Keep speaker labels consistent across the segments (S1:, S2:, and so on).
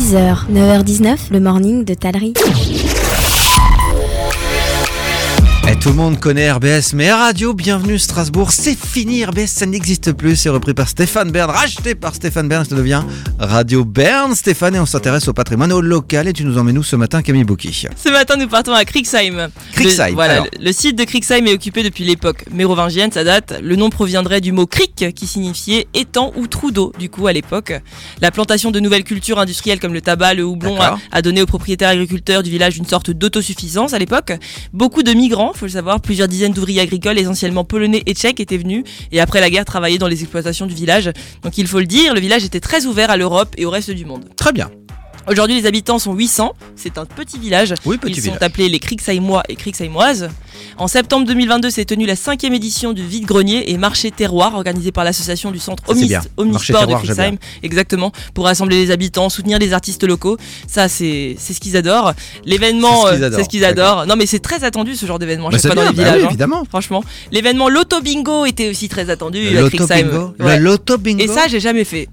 S1: 6h, 9h19, le morning de Talerie.
S2: Eh, tout le monde connaît RBS, mais Radio Bienvenue Strasbourg, c'est fini RBS, ça n'existe plus, c'est repris par Stéphane Bern, racheté par Stéphane Bern, ça devient Radio Bern, Stéphane, et on s'intéresse au patrimoine, au local, et tu nous emmènes où ce matin, Camille Bouki
S3: Ce matin, nous partons à Crixheim.
S2: Crixheim,
S3: Le, voilà,
S2: alors.
S3: le- le site de Crixheim est occupé depuis l'époque mérovingienne, ça date. Le nom proviendrait du mot cric qui signifiait étang ou trou d'eau, du coup, à l'époque. La plantation de nouvelles cultures industrielles comme le tabac, le houblon
S2: D'accord.
S3: a, a donné aux propriétaires agriculteurs du village une sorte d'autosuffisance à l'époque. Beaucoup de migrants, faut le savoir, plusieurs dizaines d'ouvriers agricoles, essentiellement polonais et tchèques, étaient venus et après la guerre travaillaient dans les exploitations du village. Donc il faut le dire, le village était très ouvert à l'Europe et au reste du monde.
S2: Très bien,
S3: Aujourd'hui, les habitants sont 800, c'est un petit village.
S2: oui, petit
S3: Ils
S2: village.
S3: sont appelés les Crixaïmois et Crixaïmoises. En septembre 2022 s'est tenue la cinquième édition du vide-grenier et marché terroir organisé par l'association du centre
S2: Ça, c'est
S3: Omnis-
S2: bien. Marché
S3: Omnisport de
S2: terroir, j'aime
S3: Crixheim. Exactement, pour rassembler les habitants, soutenir les artistes locaux. Ça, c'est c'est ce qu'ils adorent. L'événement,
S2: C'est ce qu'ils
S3: euh,
S2: adorent,
S3: c'est ce qu'ils adorent. Non, mais c'est très attendu ce genre d'événement,
S2: Bah,
S3: je sais
S2: c'est
S3: pas
S2: bien,
S3: dans les
S2: bah
S3: villages.
S2: oui,
S3: hein,
S2: évidemment.
S3: Franchement, l'événement Loto Bingo était aussi très attendu à
S2: Le loto
S3: Crixheim.
S2: bingo,
S3: Ouais.
S2: le loto bingo.
S3: Et ça, j'ai jamais fait.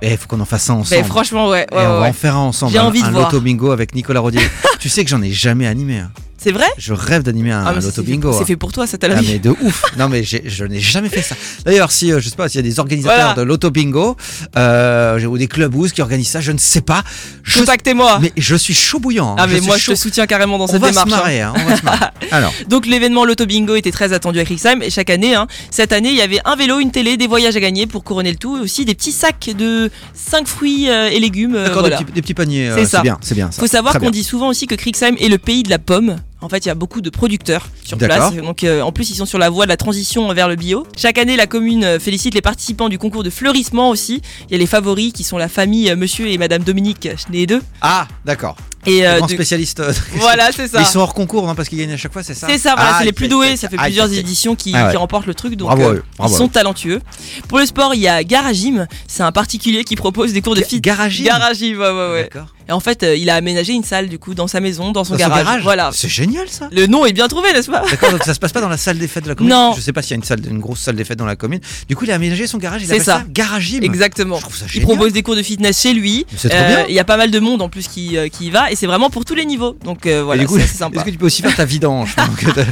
S2: Eh, faut qu'on en fasse ça ensemble.
S3: Mais franchement, ouais.
S2: Et
S3: ouais,
S2: on
S3: ouais,
S2: va en
S3: ouais.
S2: faire un ensemble,
S3: J'ai
S2: un,
S3: envie de
S2: un
S3: voir.
S2: loto bingo avec Nicolas Rodier. tu sais que j'en ai jamais animé. hein.
S3: C'est vrai
S2: Je rêve d'animer un,
S3: Ah, mais c'est-
S2: loto
S3: c'est fait-
S2: bingo.
S3: C'est fait pour toi, ça t'a
S2: Ah, mais de ouf Non mais j'ai- je n'ai jamais fait ça. D'ailleurs, si euh, je sais pas s'il y a des organisateurs
S3: Voilà.
S2: de l'auto bingo euh, ou des clubs qui organisent ça, je ne sais pas. Je,
S3: Contactez-moi.
S2: mais je suis chaud bouillant. hein.
S3: Ah mais
S2: suis
S3: moi je
S2: chaud.
S3: te soutiens carrément dans
S2: on
S3: cette
S2: va se
S3: démarche. hein.
S2: marrer,
S3: Euh,
S2: hein, on va se marrer. Alors,
S3: Donc l'événement Loto Bingo était très attendu à Crixheim et chaque année, hein, cette année il y avait un vélo, une télé, des voyages à gagner pour couronner le tout et aussi des petits sacs de 5 fruits euh, et légumes. euh,
S2: d'accord,
S3: voilà.
S2: des, petits, des petits paniers, euh,
S3: C'est
S2: c'est
S3: ça.
S2: bien, c'est bien ça.
S3: Faut savoir
S2: Très
S3: qu'on
S2: bien.
S3: dit souvent aussi que Crixheim est le pays de la pomme. En fait, il y a beaucoup de producteurs sur
S2: D'accord.
S3: place. Donc, euh, en plus, ils sont sur la voie de la transition vers le bio. Chaque année, la commune euh, félicite les participants du concours de fleurissement aussi. Il y a les favoris qui sont la famille euh, Monsieur et Madame Dominique Schneede.
S2: Ah, d'accord.
S3: Et euh,
S2: Grand
S3: de-
S2: spécialiste. euh,
S3: voilà, c'est ça.
S2: Mais Ils sont hors concours non, parce qu'ils gagnent à chaque fois, c'est ça
S3: C'est ça, voilà,
S2: Ah,
S3: c'est les
S2: ok,
S3: plus doués.
S2: ok,
S3: Ça fait
S2: ah,
S3: plusieurs
S2: ok, ok.
S3: éditions qui,
S2: Ah ouais.
S3: qui remportent le truc. Donc,
S2: Bravo à
S3: euh,
S2: eux, bravo
S3: ils
S2: à
S3: sont talentueux. Pour le sport, il y a Garagim. C'est un particulier qui propose des cours de
S2: Ga-
S3: fit.
S2: Garagine
S3: Garagim, ouais, ouais, ouais.
S2: D'accord.
S3: Et en fait, euh, il a aménagé une salle, du coup, dans sa maison, dans son,
S2: Dans son
S3: garage.
S2: garage
S3: Voilà.
S2: C'est génial ça.
S3: Le nom est bien trouvé, n'est-ce pas
S2: D'accord, donc ça se passe pas dans la salle des fêtes de la commune.
S3: Non.
S2: Je sais pas s'il y a une salle, une grosse salle des fêtes dans la commune. Du coup, il a aménagé son garage. Il
S3: C'est
S2: appelle
S3: ça.
S2: ça. Garagime.
S3: Exactement.
S2: Je trouve ça
S3: Il
S2: génial.
S3: propose des cours de fitness chez lui.
S2: Mais c'est trop
S3: Euh,
S2: bien.
S3: Il y a pas mal de monde en plus qui, euh, qui y va et c'est vraiment pour tous les niveaux. Donc euh,
S2: Et
S3: voilà,
S2: du coup,
S3: c'est c'est sympa.
S2: Est-ce que tu peux aussi faire ta vidange donc, de-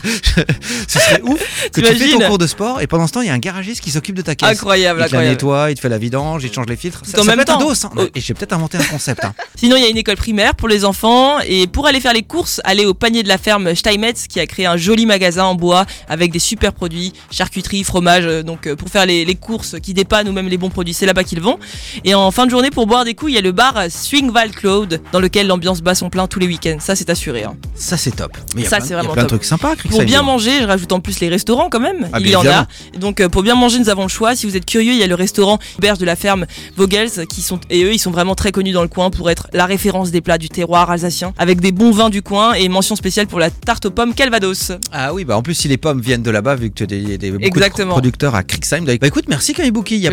S2: Ce serait ouf que tu fais ton
S3: T'imagines
S2: cours de sport et pendant ce temps, il y a un garagiste qui s'occupe de ta caisse. Il te
S3: Incroyable,
S2: la
S3: incroyable.
S2: nettoie, il te fait la vidange, il te change les filtres.
S3: en
S2: ça
S3: même
S2: peut être un
S3: temps. Oh.
S2: dos, hein. Et j'ai peut-être inventé un concept. hein.
S3: Sinon, il y a une école primaire pour les enfants. Et pour aller faire les courses, allez au panier de la ferme Steinmetz qui a créé un joli magasin en bois avec des super produits, charcuterie, fromage. euh, Donc, euh, pour faire les, les courses qui dépannent ou même les bons produits, c'est là-bas qu'ils vont. Et en fin de journée, pour boire des coups, il y a le bar Swingval Cloud dans lequel l'ambiance bat son plein tous les week-ends. Ça, c'est assuré. hein.
S2: Ça, c'est top. Mais il y a
S3: Ça,
S2: plein,
S3: c'est
S2: il y a
S3: vraiment
S2: plein de
S3: top.
S2: trucs sympas. Chris
S3: Pour bien
S2: Sagan.
S3: manger, je rajoute en plus les restaurants quand même.
S2: Ah,
S3: il
S2: bien
S3: y en
S2: évidemment.
S3: a. Donc euh, pour bien manger, nous avons le choix. Si vous êtes curieux, il y a le restaurant Berge de la ferme Vogels qui sont et eux, ils sont vraiment très connus dans le coin pour être la référence des plats du terroir alsacien avec des bons vins du coin et mention spéciale pour la tarte aux pommes Calvados.
S2: Ah oui, bah en plus, si les pommes viennent de là-bas, vu que tu as des, des beaucoup de
S3: Exactement.
S2: producteurs à Crixheim. d'ailleurs. Bah écoute, merci Camille Bouki. Il y a